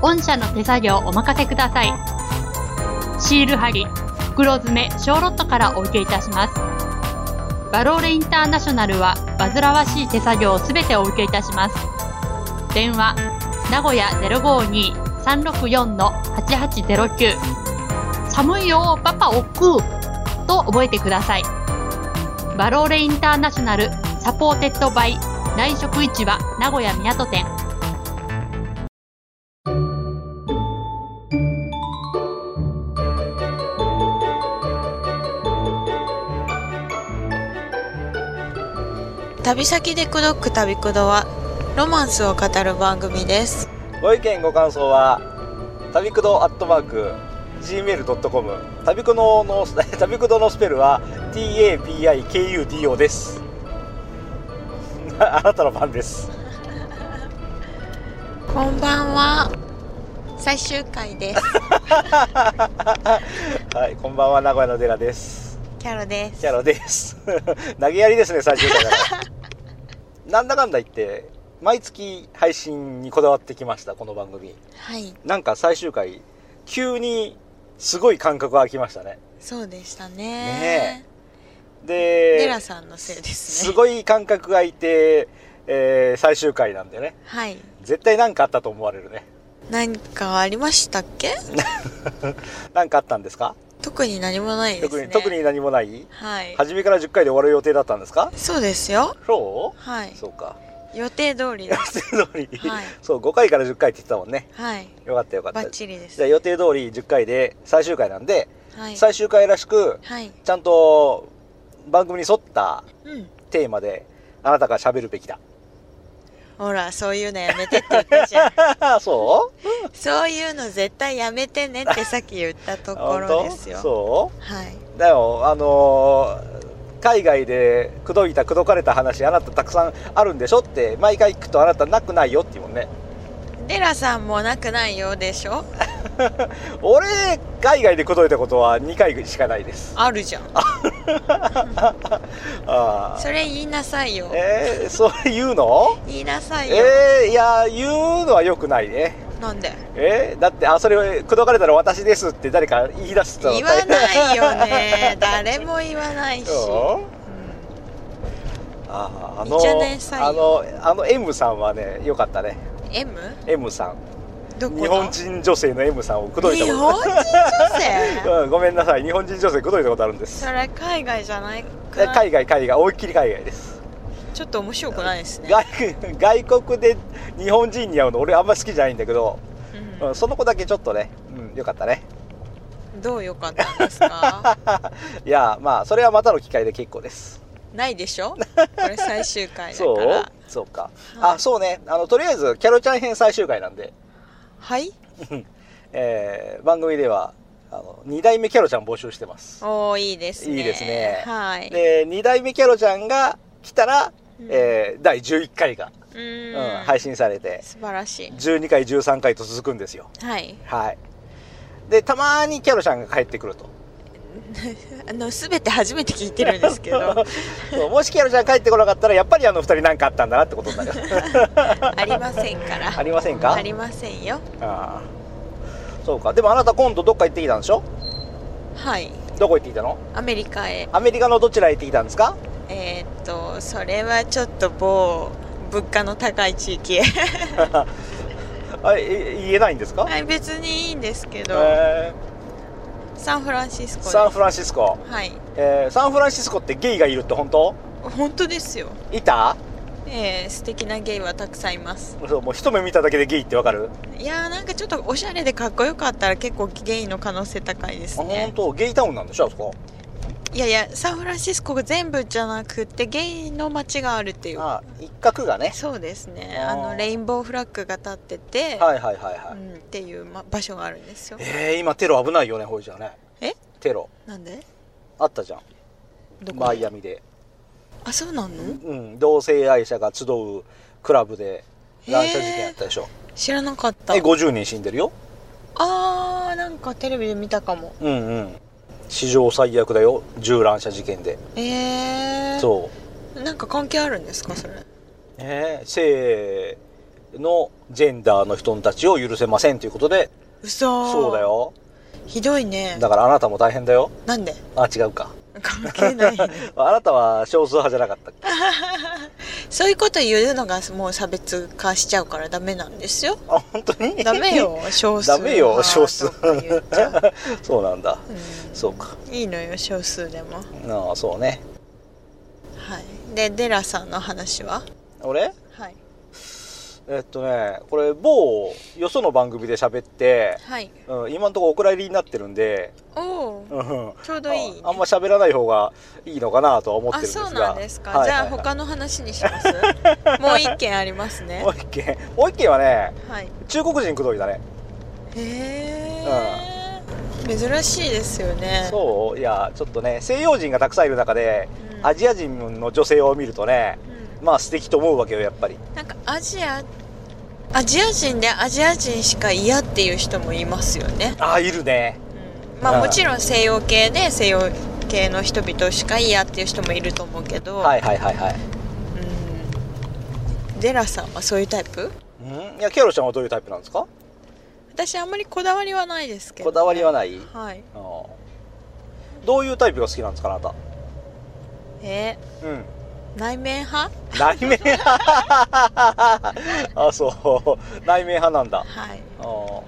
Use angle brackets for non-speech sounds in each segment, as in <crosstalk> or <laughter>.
御社の手作業お任せください。シール貼り、袋詰め、小ロットからお受けいたします。バローレインターナショナルは、煩わしい手作業をすべてお受けいたします。電話、名古屋052-364-8809。寒いよ、パパ、おっくうと覚えてください。バローレインターナショナルサポーテッドバイ内職市場名古屋港店旅先でくどく旅くどはロマンスを語る番組ですご意見ご感想は旅くどアットマーク gmail.com 旅くどの <laughs> 旅くどのスペルは TAPIKUDO です <laughs> あなたの番ですこんばんは最終回ですはいこんばんは名古屋のデラですキャロですキャロです <laughs> 投げやりですね最終回だから <laughs> なんだかんだ言って毎月配信にこだわってきましたこの番組はいなんか最終回急にすごい感覚が空きましたねそうでしたねねデでラさんのせいですねすごい感覚が空いて、えー最終回なんでねはい絶対何かあったと思われるね何かありましたっけ何かあったんですか特に何もないです特ねに特に何もないはい初めから10回で終わる予定だったんですかそうですよそう、はいそうか予定通りで予 <laughs> す定通り、はいそう5回から10回って言ってたもんねはいよかったよかっバたッチリでじゃすあ予定通り10回で最終回なんで、はい最終回らしくはいちゃんと番組に沿ったうんテーマであなたが喋るべきだ <laughs> ほらそういうのやめてって言ったじゃんそうそういうの絶対やめてねってさっき言ったところですよあ本当そうはいだよあのー海外で口説いた口説かれた話あなたたくさんあるんでしょって毎回聞くとあなたなくないよって言うもんねデラさんもなくないようでしょ俺海外で口説いたことは2回しかないですあるじゃんあそれ言いなさいよあえー、それ言うの言いなさいよ、えー、いや言うのはよくないねなんでえー、だってあそれ口説かれたら私ですって誰か言い出すと言わないよね誰も言わないし、そううあーあいいのじゃないさあのあの M さんはねよかったねん M? M さんどこの日本人女性の M さんを口説いた日こと本人 <laughs> 女うん、ごめんなさい日本人女性口説いたことあるんで性すそれ海外じゃないえかな海外海外思いっきり海外です、ちょっと面白くないですね、外外国で日本人に会うの俺あんま好きじゃないんだけど、ううん、その子だけちょっとね、うん、よかったねん、どうよかったんです <laughs> かいやまあそれはまたの機会で結構ですないでし <laughs> ょこれ最終回だそからうそうか、はいあそうねあのとりあえずキャロちゃん編最終回なんで、はいえー番組ではあの2代目キャロちゃん募集してますおーいいですねいいですねはいで2代目キャロちゃんが来たら、うんえー第11回が、ううんん、配信されて素晴らし12回13回と続くんですよいはいはい。で、たまーにキャロちゃんが帰ってくると。 <laughs> あの全て初めて聞いてるんですけ <laughs> どそうもしキャロちゃんが帰ってこなかったら、やっぱりあの二人なんかあったんだなってことになる。 <laughs> ありませんからありませんかありませんよあーそうか。でもあなた今度どっか行ってきたんでしょはいどこ行ってきたのアメリカへアメリカのどちらへ行ってきたんですかえーっとそれはちょっと某物価の高い地域へあえ言えないんですか、はい別にいいんですけど、えサンフランシスコーですサンフランシスコ、はいえーサンフランシスコってゲイがいるって本当本当ですよいたえー、素敵なゲイはたくさんいますそうもう一目見ただけでゲイってわかる、いやーなんかちょっとおしゃれでかっこよかったら結構ゲイの可能性高いですあ本ね当ゲイタウンなんでしょあそこいやいやサンフランシスコが全部じゃなくてゲイの街があるっていうあ一角がねそうですねあーあのレインボーフラッグが立ってて、はいはいはいはうい、ん、っていう、ま、場所があるんですよえー、今テロ危ないよねほいじゃねえテロなんであったじゃんどこマイアミで、あそうなのうん、同性愛者が集うクラブで乱射事件やったでしょ知らなかったえ50人死んでるよあーなんかテレビで見たかもうんうん史上最悪だよ銃乱射事件でえー、そうなんか関係あるんですかそれえー性のジェンダーの人たちを許せませんということで、嘘そうだよ。ひどいねだからあなたも大変だよ。なんであ、違うか。関係ない <laughs> あなたは少数派じゃなかったっけそういうこと言うのがもう差別化しちゃうからダメなんですよあ、本当に <laughs> ダメ。よ少数ダメよ少数とか言っちゃうそうなんだ。うそうか。ん、いいのよ少数でもああ、そうね。はいでデラさんの話は俺はいえっとね、これ某よその番組で喋って、はいうん、今のところお蔵入りになってるんで、おおうんうんちょうどいいねああんま喋らない方がいいのかなとは思っあてるんですがそうなんですか、はいはいはいじゃあ他の話にします <laughs> もう一件ありますねもう一件もう一件はねはい中国人くどいだね、へえ珍しいですよねそういやちょっとね西洋人がたくさんいる中でうん、アジア人の女性を見るとねうまあ素敵と思うわけよやっぱりんなんかアジアアジア人でアジア人しか嫌っていう人もいますよね、ああいるねうんまうあんもちろん西洋系で西洋系の人々しか嫌っていう人もいると思うけど、はいはいはいはいうんデラさんはそういうタイプうんいやケロちゃんはどういうタイプなんですか私あんまりこだわりはないですけど、こだわりはないはいあーどういうタイプが好きなんですかあなたえうんー内面派内面派 <laughs> あそう内面派なんだはいあー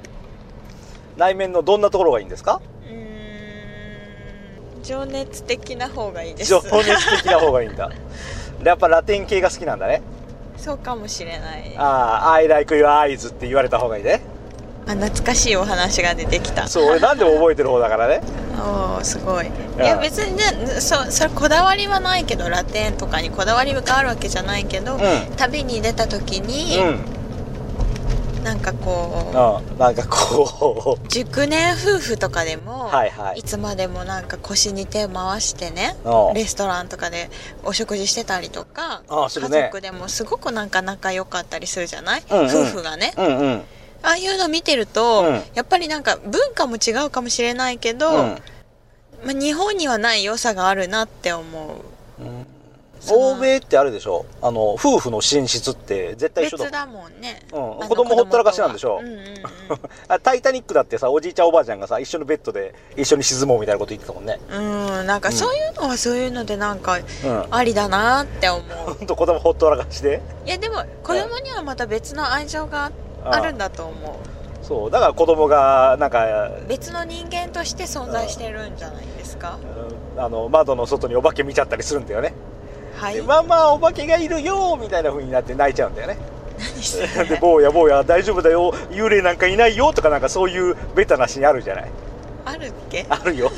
内面のどんなところがいいんですかうーん情熱的な方がいいです情熱的な方がいいんだやっぱラテン系が好きなんだね <laughs> そうかもしれないあああ「I like your eyes」って言われた方がいいね懐かしいお話が出てきたそう俺何でも覚えてる方だからねおーすごいいや別にねそそれこだわりはないけどラテンとかにこだわりがあるわけじゃないけど、う旅に出た時んうんに、なんかこうんなんかこう熟年夫婦とかでも、うはいはいいつまでもなんか腰に手を回してねあレストランとかでお食事してたりとかああするね家族でもすごくなんか仲良かったりするじゃない、うんうん夫婦がねうんうんああいうの見てると、うんやっぱりなんか文化も違うかもしれないけど、うんまあ、日本にはない良さがあるなって思ううんその欧米ってあるでしょあの夫婦の寝室って絶対一緒だも別んだもんね、うんあの子供ほったらかしなんでしょ子供とはうんうんあタイタニックだってさおじいちゃんおばあちゃんがさ一緒のベッドで一緒に沈もうみたいなこと言ってたもんねうん、うんなんかそういうのはそういうのでなんかうんありだなって思う <laughs> ほんと子供ほったらかしていやでも子供にはまた別の愛情があるんだと思そうだから子供がなんかう別の人間として存在してるんじゃないですかうんあの窓の外にお化け見ちゃったりするんだよね、はいでママお化けがいるよみたいな風になって泣いちゃうんだよね何してでる坊や坊や大丈夫だよ幽霊なんかいないよとかなんかそういうベタなシーンあるじゃないあるっけあ <laughs> るよ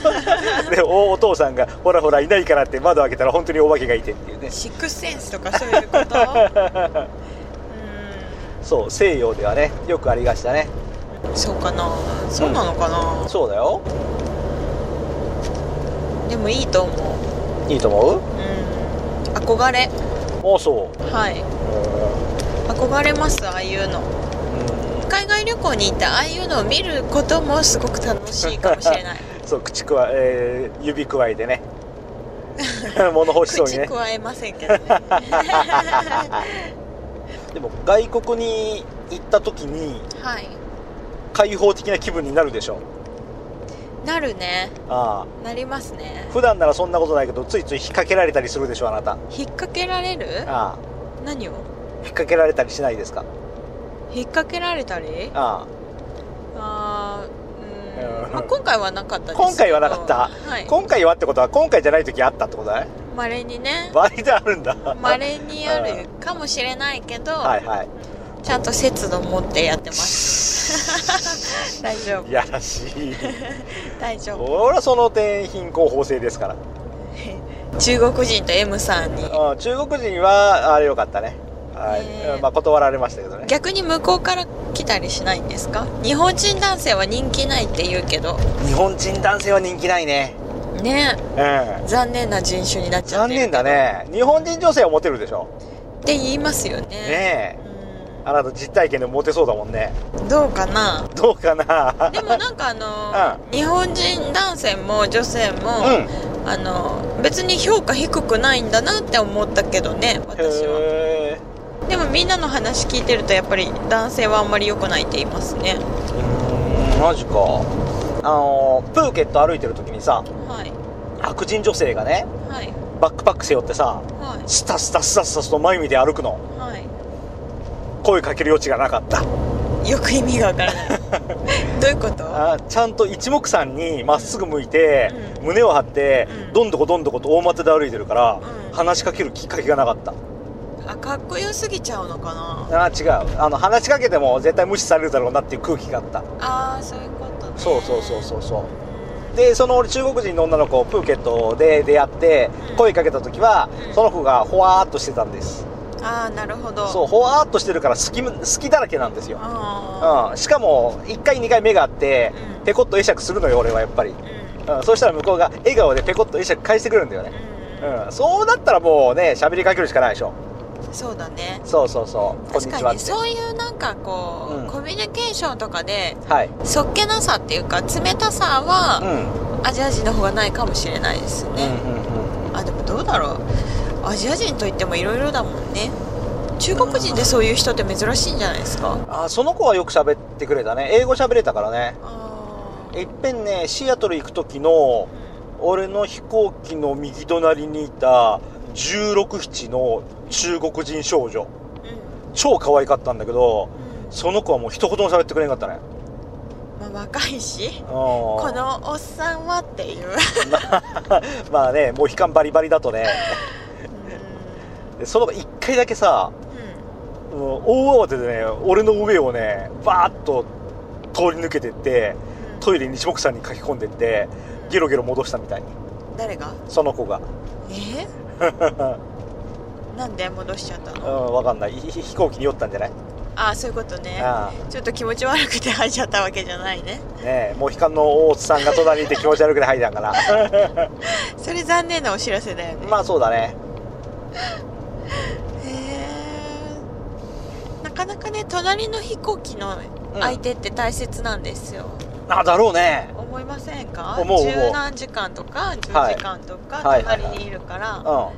でおお父さんがほらほらいないからって窓開けたら本当にお化けがいてっていうねシックスセンスとかそういう <laughs> ことうそう西洋ではねよくありがちだねんそうかなそうなのかな、そうだよでもいいと思いいと思うううん憧れあそうはいうん憧れますああいうの海外旅行に行ってああいうのを見ることもすごく楽しいかもしれないそう口くわ、えー指くわえ <laughs> てね物欲し <laughs> そうに口ね加えませんけどねでも外国に行った時にはい開放的な気分になるでしょなるねあなりますねあ普段ならそんなことないけどついつい引っ掛けられたりするでしょあなた引っ掛けられるああ何を引っ掛けられたりしないですか引っ掛けられたりああーううんん、まあ、今回はなかったですけど今回はなかったはあい今回はってことは今回じゃない時あったってことだねまれにね場合であるんだまはれにあるかもしれないけど、いはいちゃんと節度持ってやってます <laughs> 大丈夫いやらしい <laughs> 大丈夫俺はその点貧困法制ですから中国人と M さんにうん中国人はあれよかったねはい、ねえまあ断られましたけどね逆に向こうから来たりしないんですか日本人男性は人気ないって言うけど日本人男性は人気ないねねうん残念な人種になっちゃっ残て念だね日本人女性はモテるでしょって言いますよねねえあなた実体験でモテそうだもんねうんどうかなどうかなでもなんかあのー日本人男性も女性も、うんあのー別に評価低くないんだなって思ったけどね私はへえでもみんなの話聞いてるとやっぱり男性はあんまり良くないって言いますねうんマジかあのプーケット歩いてる時にさはい白人女性がねはいバックパック背負ってさはいスタスタスタスタと前見て歩くのは声かける余地がなかったいよく意味がわからない <laughs> どういうことあーちゃんと一目散にまっすぐ向いて、う胸を張って、うんどんどこどんどこと大股で歩いてるから、うん話しかけるきっかけがなかったあかっこよすぎちゃうのかなあー違うあの話しかけても絶対無視されるだろうなっていう空気があったああそういうことねそうそうそうそうそうでその俺中国人の女の子をプーケットで出会ってうん声かけた時は、うんその子がほわーっとしてたんですああなるほどそうほわーっとしてるから好き好きだらけなんですよ、あうん、しかも1回2回目があってあうんペコッと会釈するのよ俺はやっぱり、うんうん、そうしたら向こうが笑顔でペコッと会釈返してくれるんだよねうんうん、そうだったらもうね喋りかけるしかないでしょそうだねそうそうそうこん確にちかはっにてそういうなんかこう、うんコミュニケーションとかではいそっけなさっていうか冷たさうは、んアジア人の方がないかもしれないですね、うんうんあでもどうだろうアジア人といってもいろいろだもんね中国人でそういう人って珍しいんじゃないですかあその子はよく喋ってくれたね英語喋れたからねあーいっぺんねシアトル行く時の俺の飛行機の右隣にいた16匹の中国人少女う超可愛かったんだけどんうんその子はもう一言も喋ってくれなかったねまあ、若いしここのおっさんはっていうまあねもう悲観バリバリだとねでその子一回だけさうもう大慌てでね俺の上をねバーッと通り抜けてってんトイレに一目散に書き込んでってゲロゲロ戻したみたいに誰がその子がえ <laughs> なんで戻しちゃったうんのわかんないひひ飛行機に酔ったんじゃないああそういうことねあちょっと気持ち悪くて吐いちゃったわけじゃないねあねえもう悲観の大津さんが隣にいて気持ち悪くて吐いたんかなそれ残念なお知らせだよ <laughs> ね、まあそうだねへえなかなかね隣の飛行機の相手って大切なんですよ、あだろうね思いませんか思う思う十何時間とか10時間とかはいはい隣にいるから、う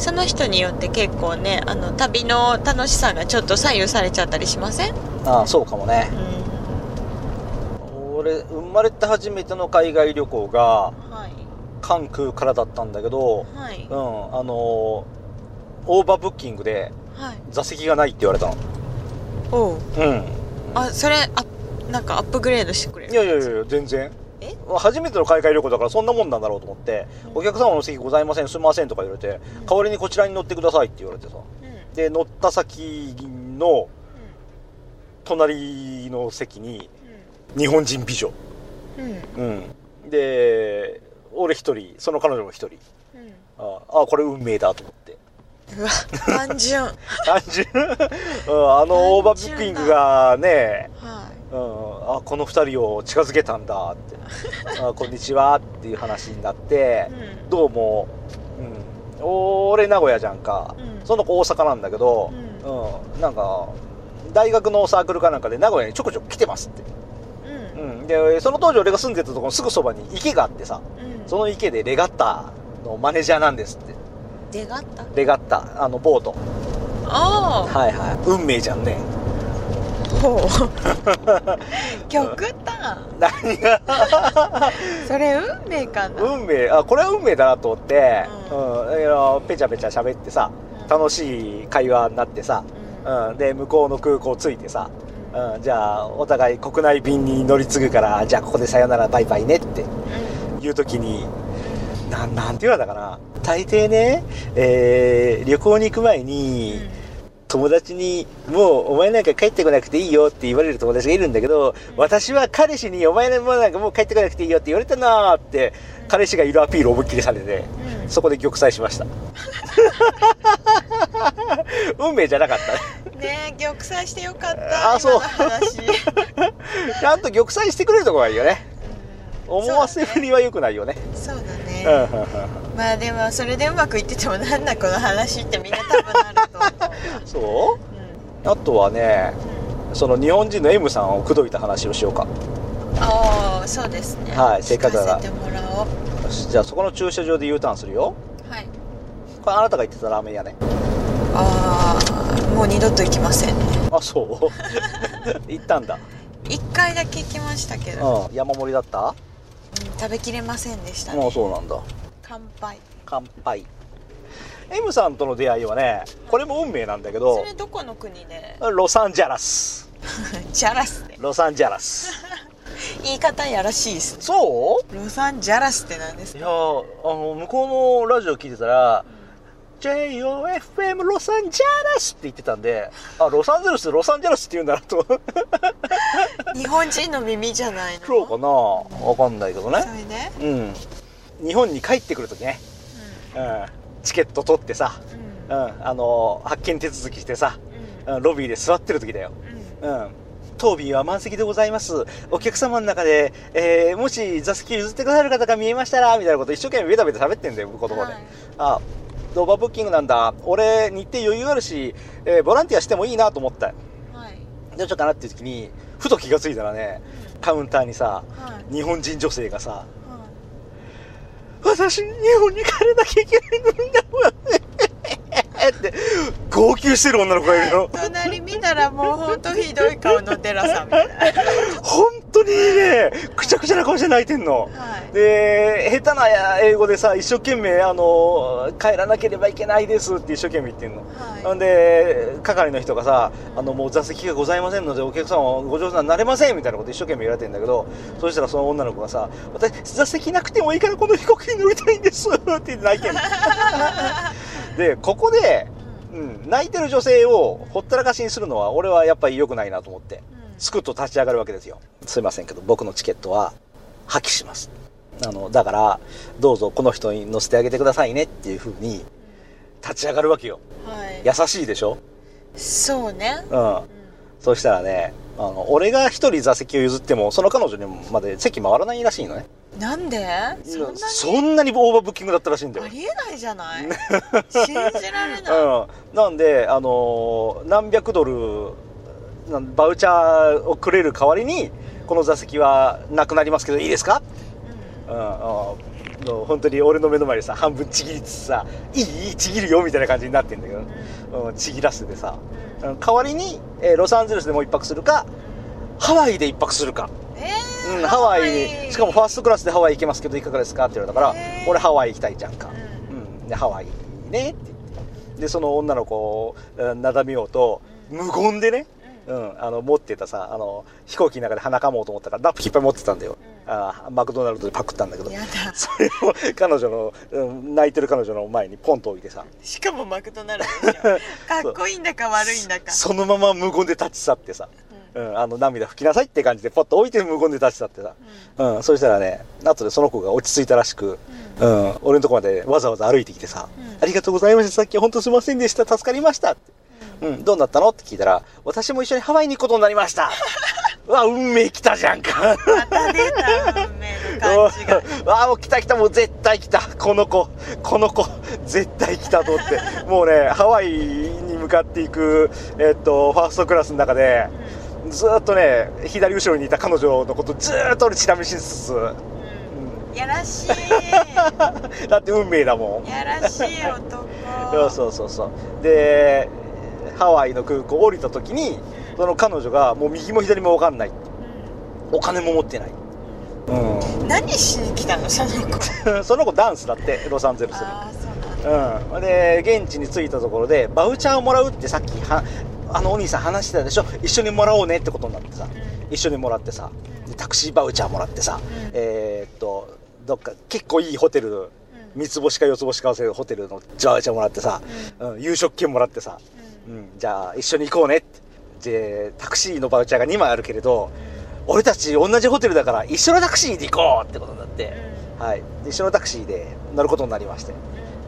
その人によって結構ねあの旅の楽しさがちょっと左右されちゃったりしません、うんああそうかもね俺生まれて初めての海外旅行がん、はい関空からだったんだけどはいうんあのーオーバーブッキングではい座席がないって言われたのおううんあそれあなんかアップグレードしてくれるいやいやいや全然え初めての海外旅行だからそんなもんなんだろうと思って「お客様の席ございませんすいません」とか言われて「代わりにこちらに乗ってください」って言われてさうんうんで乗った先の隣の席に日本人美女うんうんうんで俺一人その彼女も一人うんああこれ運命だと思ってうわ単純はい単 <laughs> 純うんあのオーバーブッキングがねうん、あこの2人を近づけたんだってあこんにちはっていう話になってう、んどうも、うん、俺名古屋じゃんか、うんその子大阪なんだけど、ううんなんか大学のサークルかなんかで名古屋にちょこちょこ来てますって、んうんうん、でその当時俺が住んでたところのすぐそばに池があってさうんその池でレガッタのマネージャーなんですって出がったレガッタあのボートああはいはい運命じゃんねほう極端何がそれ運命かな、運命あこれは運命だなと思って、ううんいやペチャペチャ喋ってさ楽しい会話になってさ、うん、で向こうの空港着いてさ、うん、じゃあお互い国内便に乗り継ぐからじゃあここでさよならバイバイねっていう時になんなんて言われたかな大抵ね、えー旅行に行く前に、友達に、もうお前なんか帰ってこなくていいよって言われる友達がいるんだけど、私は彼氏にお前もなんかもう帰ってこなくていいよって言われたなーって、彼氏がいるアピールを思いっきりされて、そこで玉砕しました。運命じゃなかったね。ねえ玉砕してよかっあたそう今の話ちゃんと玉砕してくれるとこがいいよね。思わせぶりは良くないよね。そうだうねんうんうんまあでもそれでうまくいっててもなんだこの話ってみんな多分なると思そうう、うあとはね、うんその日本人の M さんを口説いた話をしようか。ああそうですねはいせっかくだから聞せてもらおうよしじゃあそこの駐車場で U ターンするよ。はいこれあなたが言ってたラーメン屋ね。あああもう二度と行きませんねあそう <laughs> 行ったんだ、一回だけ行きましたけど、うん、山盛りだった、うん食べきれませんでしたまねあそうなんだ乾杯乾杯 M さんとの出会いはねこれも運命なんだけそどれどこの国でロサンゼラスジャラスってロサンゼラ <laughs> ス言い方やらしいですねそうロサンジャラスってなんですいかやーあの向こうのラジオ聞いてたら JOFM ロサンゼラスって言ってたんであロサンゼルスロサンゼラスって言うんだなと日本人の耳じゃないのそうかなわかんないけどねそれで、うん日本に帰ってくるときね、うん、チケット取ってさ、うんうん、あのー発券手続きしてさ、うん、ロビーで座ってる時だようんうんうん当便は満席でございます。お客様の中で、えー、もし座席譲ってくださる方が見えましたら、みたいなこと一生懸命ベタベタ喋ってんだよ、僕言葉で。はいあ、ドーバーブッキングなんだ。俺、日程余裕あるし、えーボランティアしてもいいなと思った。はいどうしようかなっていう時に、ふと気がついたらね、カウンターにさ、はい日本人女性がさ、は私、日本に帰れなきゃいけないのにな、って、 <laughs> 号泣してる女の子がいるのい。隣見たらもうほんとひどい顔のテラさんみたいなはい本当にね、くちゃくちゃな顔して泣いてんの。で、下手な英語でさ、一生懸命、あの、帰らなければいけないですって一生懸命言ってんの。はなんで、係の人がさ、あの、もう座席がございませんので、お客様ご乗車になれませんみたいなこと一生懸命言われてんだけど、そしたらその女の子がさ、私、座席なくてもいいからこの飛行機に乗りたいんですって泣いてんの。で、ここで、うん、泣いてる女性をほったらかしにするのは、俺はやっぱり良くないなと思って。い、うんすくっと立ち上がるわけですよ。すいませんけど、僕のチケットは破棄します。あの、だから、どうぞこの人に乗せてあげてくださいねっていう風に立ち上がるわけよ。はい優しいでしょそうね、うん。そうしたらね、あの、俺が一人座席を譲っても、その彼女にまで席回らないらしいのね。うん、なんでそんなにそんなにオーバーブッキングだったらしいんだよあ。りえないじゃない信じられない、うん。なんで、あのー何百ドル、なんバウチャーをくれる代わりに、この座席はなくなりますけどいいですかうんうんうんの本当に俺の目の前でさ半分ちぎりつつさ「いいいいちぎるよ」みたいな感じになってんだけど、うん、ちぎらせてさうんうん代わりに、えーロサンゼルスでもう一泊するかハワイで一泊するか、えーうん、ハワイにしかもファーストクラスでハワイ行けますけどいかがですかって言われたからへー俺ハワイ行きたいじゃんかう、んうん、でハワイねって言ってでその女の子をうんなだめようと無言でね、うんうん、あの持ってたさあの飛行機の中で鼻かもうと思ったからラップいっぱい持ってたんだよ、うんあーマクドナルドでパクったんだけど <laughs> やだそれを彼女の、うん泣いてる彼女の前にポンと置いてさしかもマクドナルドでしょかっこいいんだか悪いんだかそのまま無言で立ち去ってさ、うん、あの涙拭きなさいって感じでポッと置いて無言で立ち去ってさ、うん、そしたらね後でその子が落ち着いたらしく、うん、俺のとこまでわざわざ歩いてきてさ、うんありがとうございましたさっきは本当すいませんでした助かりましたって、うん、どうなったのって聞いたら私も一緒にハワイに行くことになりました <laughs> うわ運命来たじゃんかまた出た運命の感じが <laughs> わあもう来た来たもう絶対来たこの子この子絶対来たと思ってもうねハワイに向かっていく、えっとファーストクラスの中でずーっとね左後ろにいた彼女のことずーっと俺チラ見しつつ、ううんん、うんやら <laughs> しいだって運命だもんやらしい男そうそうそうそうでハワイの空港降りた時にその彼女がもう右も左も分かんないお金も持ってない、う何しに来たのその子ん、 <laughs> その子ダンスだってロサンゼルスでああそうなんだうん、で現地に着いたところでバウチャーをもらうってさっきはあのお兄さん話してたでしょ一緒にもらおうねってことになってさ一緒にもらってさでタクシーバウチャーもらってさ、うんえーっとどっか結構いいホテル三つ星か四つ星か忘れるホテルのバウチャーもらってさ、うん、夕食券もらってさ、うん、じゃあ一緒に行こうねってでタクシーのバウチャーが2枚あるけれど俺たち同じホテルだから一緒のタクシーで行こうってことになって、はい、で一緒のタクシーで乗ることになりまして。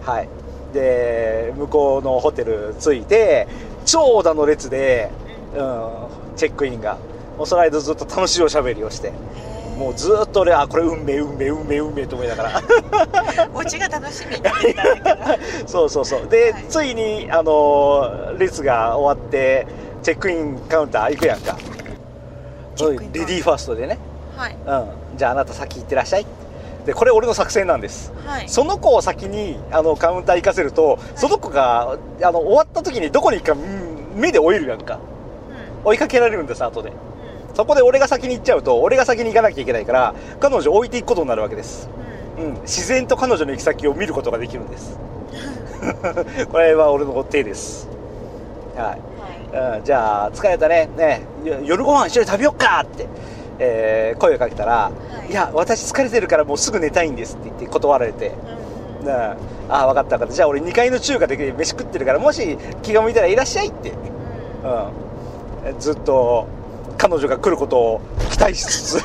はい。で、向こうのホテル着いて、長蛇の列で、うん、チェックインが。もうその間ずっと楽しいおしゃべりをして。もうずっと俺、あ、これ運命、運命、運命、運命と思いながら。 <laughs> お家が楽しみになってたんだけどそうそうそう。で、はいついに、あのー列が終わって、チェックインカウンター行くやんか。チェッレクインカウンターディーファーストでね。はいうん。じゃああなた先行ってらっしゃい。でこれ俺の作戦なんですはいその子を先にあのカウンター行かせるとその子があの終わった時にどこに行くかうん目で追えるやんかうん追いかけられるんです後でうそこで俺が先に行っちゃうと俺が先に行かなきゃいけないから彼女を置いていくことになるわけです、んうんうん、自然と彼女の行き先を見ることができるんですこれは俺の手ですはいはいうんじゃあ疲れたねねよ夜ご飯一緒に食べよっかって、えー声をかけたらは「いいや私疲れてるからもうすぐ寝たいんです」って言って断られてう「んうんああ分かった分かったじゃあ俺2階の中華で飯食ってるからもし気が向いたらいらっしゃい」って、うんうん、ずっと彼女が来ることを期待しつ <laughs> つ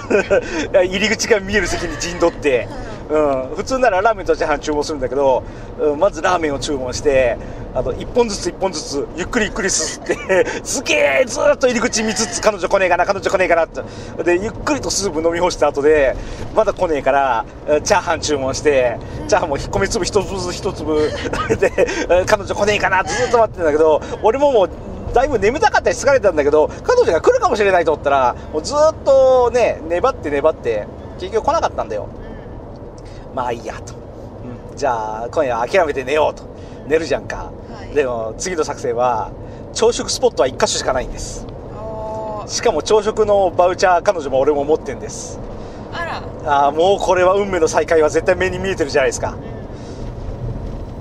入り口が見える席に陣取って。うん、普通ならラーメンとチャーハン注文するんだけど、うん、まずラーメンを注文してあの1本ずつ1本ずつゆっくりゆっくりすすって <laughs> すげえずーっと入り口見つつ彼女来ねえかな彼女来ねえかなってでゆっくりとスープ飲み干した後でまだ来ねえからえチャーハン注文してチャーハンも米粒一粒ずつ一粒 <laughs> でえ彼女来ねえかなってずっと待ってんだけど俺ももうだいぶ眠たかったり疲れたんだけど彼女が来るかもしれないと思ったらもうずーっとね粘って粘って結局来なかったんだよ。まあいいやと、うん、じゃあ今夜は諦めて寝ようと寝るじゃんかうんはいでも次の作戦は朝食スポットは1箇所しかないんですおーしかも朝食のバウチャー彼女も俺も持ってんですあらああもうこれは運命の再会は絶対目に見えてるじゃないですかうん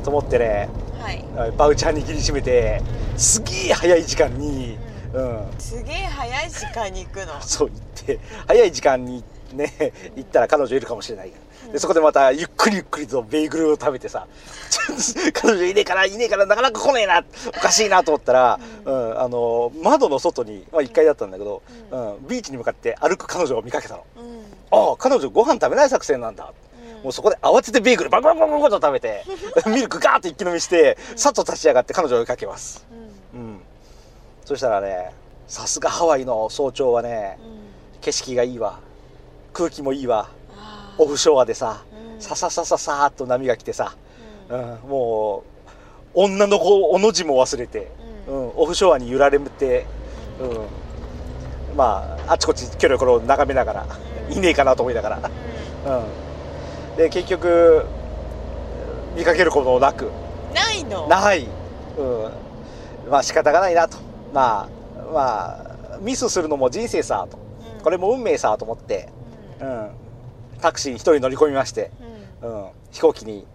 と思ってねはいバウチャー握りしめてすげえ早い時間にうんすげえ早い時間に行くのそう言って早い時間にね行ったら彼女いるかもしれないでそこでまたゆっくりゆっくりとベーグルを食べてさ <laughs> ちょっと彼女いねえからいねえからなかなか来ねえなおかしいなと思ったら、うん、あの窓の外に、まあ、1階だったんだけど、うん、ビーチに向かって歩く彼女を見かけたのうんああ彼女ご飯食べない作戦なんだもうそこで慌ててベーグルバクバクバクバクと食べ <laughs> てミルクガーって一気飲みしてさっと立ち上がって彼女を追いかけますうんうん、そしたらねさすがハワイの早朝はねうん景色がいいわ空気もいいわあーオフショアでさうんさささささーっと波が来てさ、ううんん、もう女の子おの字も忘れて、ううんん、オフショアに揺られて、うん、まああちこちキョロキョロ眺めながらいねえかなと思いながら、うん、で結局見かけることもなくないのない、うん、まあ仕方がないなとまあまあミスするのも人生さとうんこれも運命さと思って、うんうん、タクシーに一人乗り込みまして、うんうん、飛行機に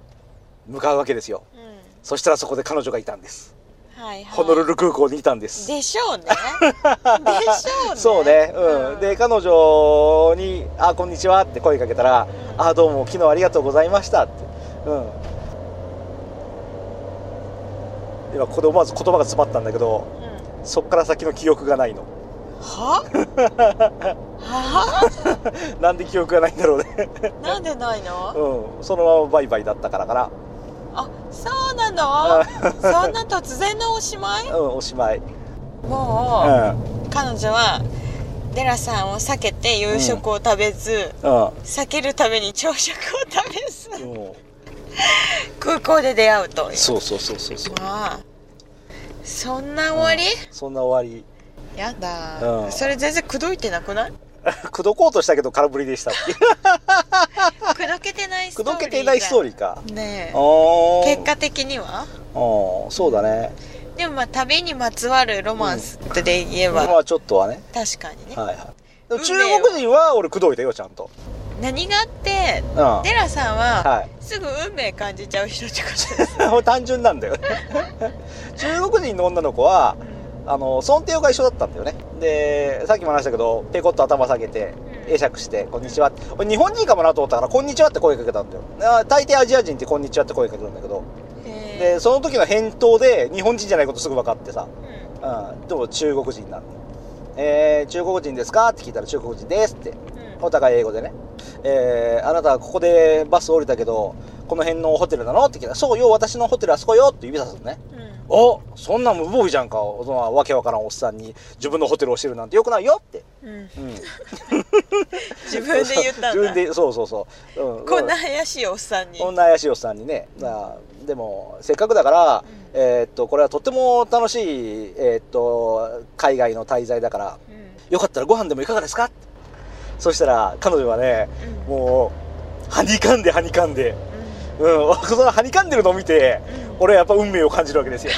向かうわけですようんそしたらそこで彼女がいたんですはいはいホノルル空港にいたんですでしょう <laughs> ねでしょうねそうね、うん、で彼女に「あこんにちは」って声かけたら「あどうも昨日ありがとうございました」って、うん、今ここで思わず言葉が詰まったんだけどうんそっから先の記憶がないの。ははなんで記憶がないんだろうね。なんでないのうん。そのままバイバイだったからかな。あそうなのそんな突然のおしまいうん、おしまい。うん。うもん。う彼女はデラさんを避けて夕食を食べず避けるために朝食を食べずうん空港で出会うというそうそうそうそうそう。まあそんな終わり、そんな終わり。やだ、うんそれ全然口説いてなくない口説こうとしたけど空振りで <laughs> したっていう。口説けてないストー口リー説けてないストーリリーか。ーねあーえ結果的にはああ、そうだね。でもまあ旅にまつわるロマンスで言えば、まあちょっとはね。確かにね、はいはい。でも中運命を国人は俺口説いたよ、ちゃんと。何があってうん。はデラさんは、い。 <laughs> すぐ運命感じちゃう人ってことですもう単純なんだよね <laughs> 中国人の女の子はあの尊帝が一緒だったんだよねでさっきも話したけどペコッと頭下げて会釈して「こんにちはって」俺日本人かもなと思ったから「こんにちは」って声かけたんだよあ大抵アジア人って「こんにちは」って声かけるんだけどへでその時の返答で日本人じゃないことすぐ分かってさ、えうんうん、でも中国人なんだよえー、中国人ですかって聞いたら中国人ですってうんお互い英語でね、えーあなたはここでバス降りたけど、この辺のホテルなのって聞いたら、そうよ、私のホテルあそこよって指さすのね。うんおそんなん無防備じゃんか、そんなわけわからんおっさんに自分のホテルをしてるなんてよくないよって。うんうん、自分で言ったんだ自分で、そうそうそう。うこんな怪しいおっさんにこんな怪しいおっさんにね、なあでもせっかくだから、えーっとこれはとっても楽しい、えーっと海外の滞在だからうんよかったらご飯でもいかがですかそしたら彼女はねうんもうはにかんではにかんでうんそのはにかんでるのを見て俺はやっぱ運命を感じるわけですよ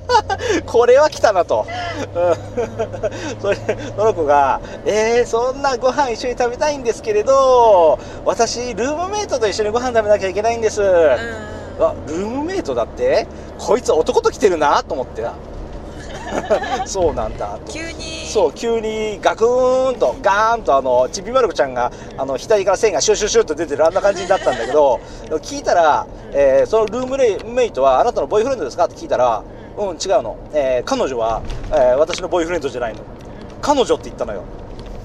<laughs> これは来たなと、うん <laughs> 、それのの子が「えー、そんなご飯一緒に食べたいんですけれど私ルームメイトと一緒にご飯食べなきゃいけないんです」あルームメイトだってこいつ男と来てるなと思ってな <laughs> そうなんだと急にそう急にガクーンとガーンとあのちびまる子ちゃんがあの額から線がシュシュシュと出てるあんな感じになったんだけど聞いたら、えー、そのルームメイトはあなたのボーイフレンドですか?」って聞いたら「うん違うの、えー、彼女は、えー、私のボーイフレンドじゃないの彼女」って言ったのよ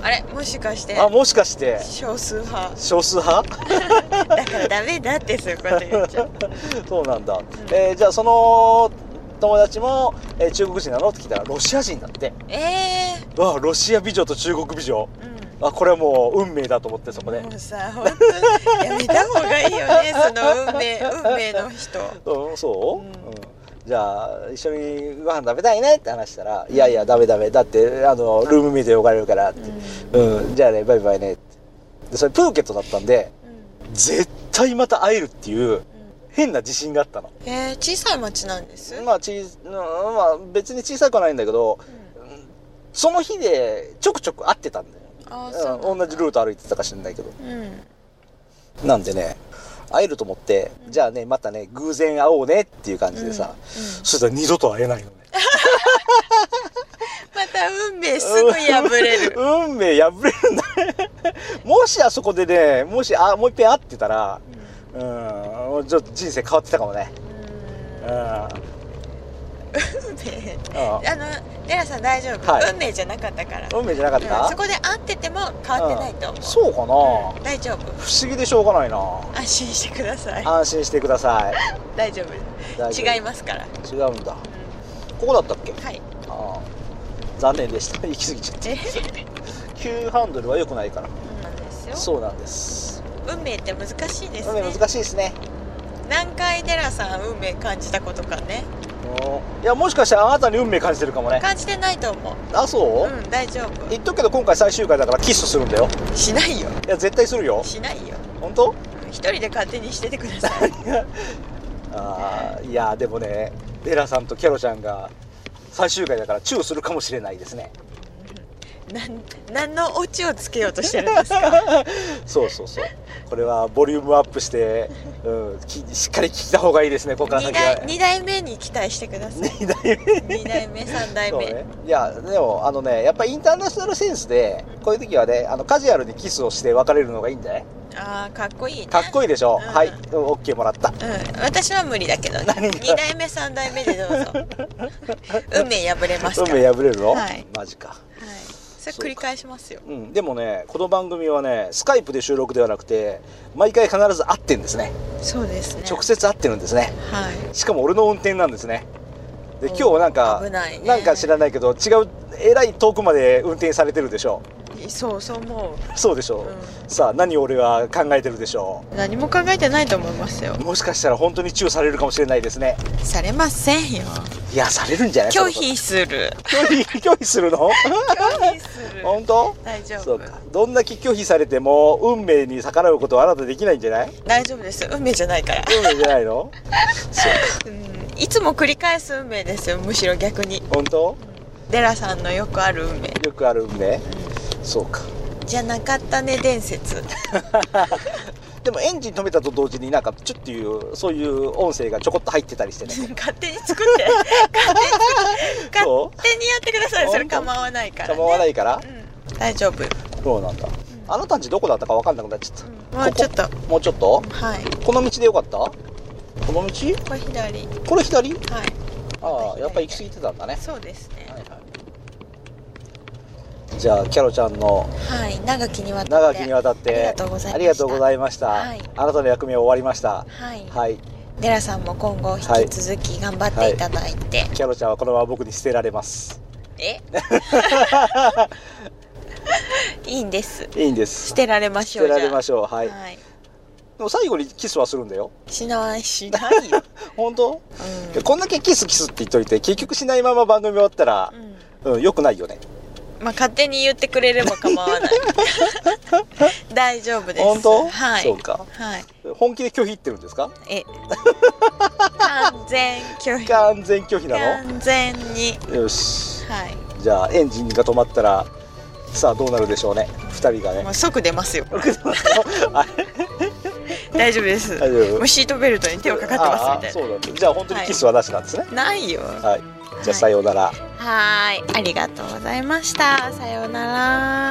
あれもしかしてあもしかして少数派少数派だからダメだってそういうこと言っ <laughs> ちゃうそうなんだ、えー、じゃあその友達も、えー、中国人なのって聞いたらロシア人だってええー、わロシア美女と中国美女、うん、あこれはもう運命だと思ってそこでもうさ本当にやめた方がいいよ <laughs> ねその運命運命の人うんそう、うん、うん、じゃあ一緒にご飯食べたいねって話したら「いやいやダメダメだってあのルームメイトで呼ばれるから」って、うん、うん、じゃあねバイバイね」ってでそれプーケットだったんで、絶対また会えるっていう変な自信があったの。えー、小さい町なんですまあち、うん、まあ別に小さくはないんだけど、うん、その日でちょくちょく会ってたんだよ。、あそううん、同じルート歩いてたか知らないけど。うん、なんでね、会えると思って、じゃあね、またね、偶然会おうねっていう感じでさ、そしたら二度と会えないのね。また運命 <laughs> すぐ破れる。 <laughs> 運命破れるんだ <laughs> もしあそこでね、もし、あ、もう一遍会ってたら、うん、ちょっと人生変わってたかもね。うん。運命。あの、デラさん大丈夫、はい、運命じゃなかったから。運命じゃなかった、うん、そこで会ってても変わってないと思う。うん、そうかな、うん、大丈夫。不思議でしょうがないな。安心してください。安心してください。大丈夫。違いますから。違うんだ。ここだったっけ。はい。ああ。残念でした。 <laughs> 行き過ぎちゃった。急ハンドルは良くないから。なんですよ。そうなんです。運命って難しいですね難しいですね何回デラさん運命感じたことかねいやもしかしたらあなたに運命感じてるかもね感じてないと思うあそううん大丈夫言っとくけど今回最終回だからキッシュするんだよしないよいや絶対するよしないよ <laughs> 本当一人で勝手にしててください <laughs> あいやでもねデラさんとキャロちゃんが最終回だからチューするかもしれないです <laughs> ねなん何のオチをつけようとしてるんです <laughs> かそうそうそうこれはボリュームアップして、うん、きしっかり聞いた方がいいですねここから先は 2, 2代目に期待してください2代目2代目3代目、ね、いやでもあのねやっぱりインターナショナルセンスでこういう時はねあのカジュアルにキスをして別れるのがいいんじゃないあかっこいい、ね、、かっこいいでしょ、うん、はい OK もらった、うん私は無理だけど、ね、2代目3代目でどう <laughs> ぞ運命破れます運命破れるの、はい、マジか、はいそれ繰り返しますよう、うん、でもねこの番組はねスカイプで収録ではなくて毎回必ず会ってんですねそうですね直接会ってるんですね、はい、しかも俺の運転なんですねで今日はなんか危ない、ね、なんか知らないけど違うえらい遠くまで運転されてるでしょそうそう思うそうでしょう、うん、さあ何を俺は考えてるでしょう何も考えてないと思いますよもしかしたら本当にチューされるかもしれないですねされませんよいやされるんじゃない拒否す <laughs> る拒否拒否す <laughs> るの拒否する本当大丈夫そうかどんだけ拒否されても運命に逆らうことはあなたできないんじゃない大丈夫です運命じゃないから運命じゃないのそう、うん、いつも繰り返す運命ですよむしろ逆に本当デラさんのよくある運命よくある運命、そうかじゃなかったね伝説でもエンジン止めたと同時になんかちょっというそういう音声がちょこっと入ってたりしてね <laughs> 勝手に作って勝手に勝手にやってくださいそれ構わないから、ね、構わないから、うん、大丈夫、そうなんだ、うん、あなたんちどこだったか分かんなくなっちゃったうん、もうちょっともうちょっとはいこの道でよかったこの道これ左これ左はいああやっぱ行き過ぎてたんだねそうですね、はいはいじゃあキャロちゃんのはい長きにわたって長きにわたってありがとうございました、はい、あなたの役目終わりましたはい、はい、デラさんも今後引き続き頑張っていただいて、はいはい、キャロちゃんはこのまま僕に捨てられますえ <laughs> いいんですいいんです捨てられましょう捨てられましょうはい、はいでも最後にキスはするんだよ。しない、し <laughs> ないよ。本当、うん、こんだけキスキスって言っといて、結局しないまま番組終わったら、うん、うん、よくないよね。まあ、勝手に言ってくれれば構 <laughs> わない大丈夫です本当はいそうかはい本気で拒否ってるんですか <laughs> え完全拒否完全拒否な完全にのよしはいじゃあエンジンが止まったらさあどうなるでしょうね二人がねもう即出ますよあ大丈夫です大丈夫もうシートベルトに手をかかってますみたいああそうなんだじゃあ本当にキスはなしなんですね、なないよはい、じゃあさようなら、はいありがとうございましたさようなら